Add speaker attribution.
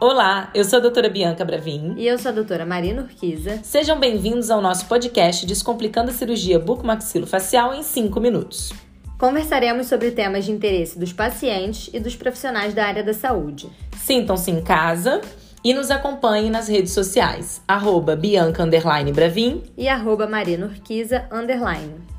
Speaker 1: Olá, eu sou a doutora Bianca Bravin.
Speaker 2: E eu sou a doutora Marina Urquiza.
Speaker 1: Sejam bem-vindos ao nosso podcast Descomplicando a Cirurgia Bucomaxilofacial em 5 minutos.
Speaker 2: Conversaremos sobre temas de interesse dos pacientes e dos profissionais da área da saúde.
Speaker 1: Sintam-se em casa e nos acompanhem nas redes sociais, arroba Bianca underline Bravin.
Speaker 2: E arroba Marina Urquiza, underline.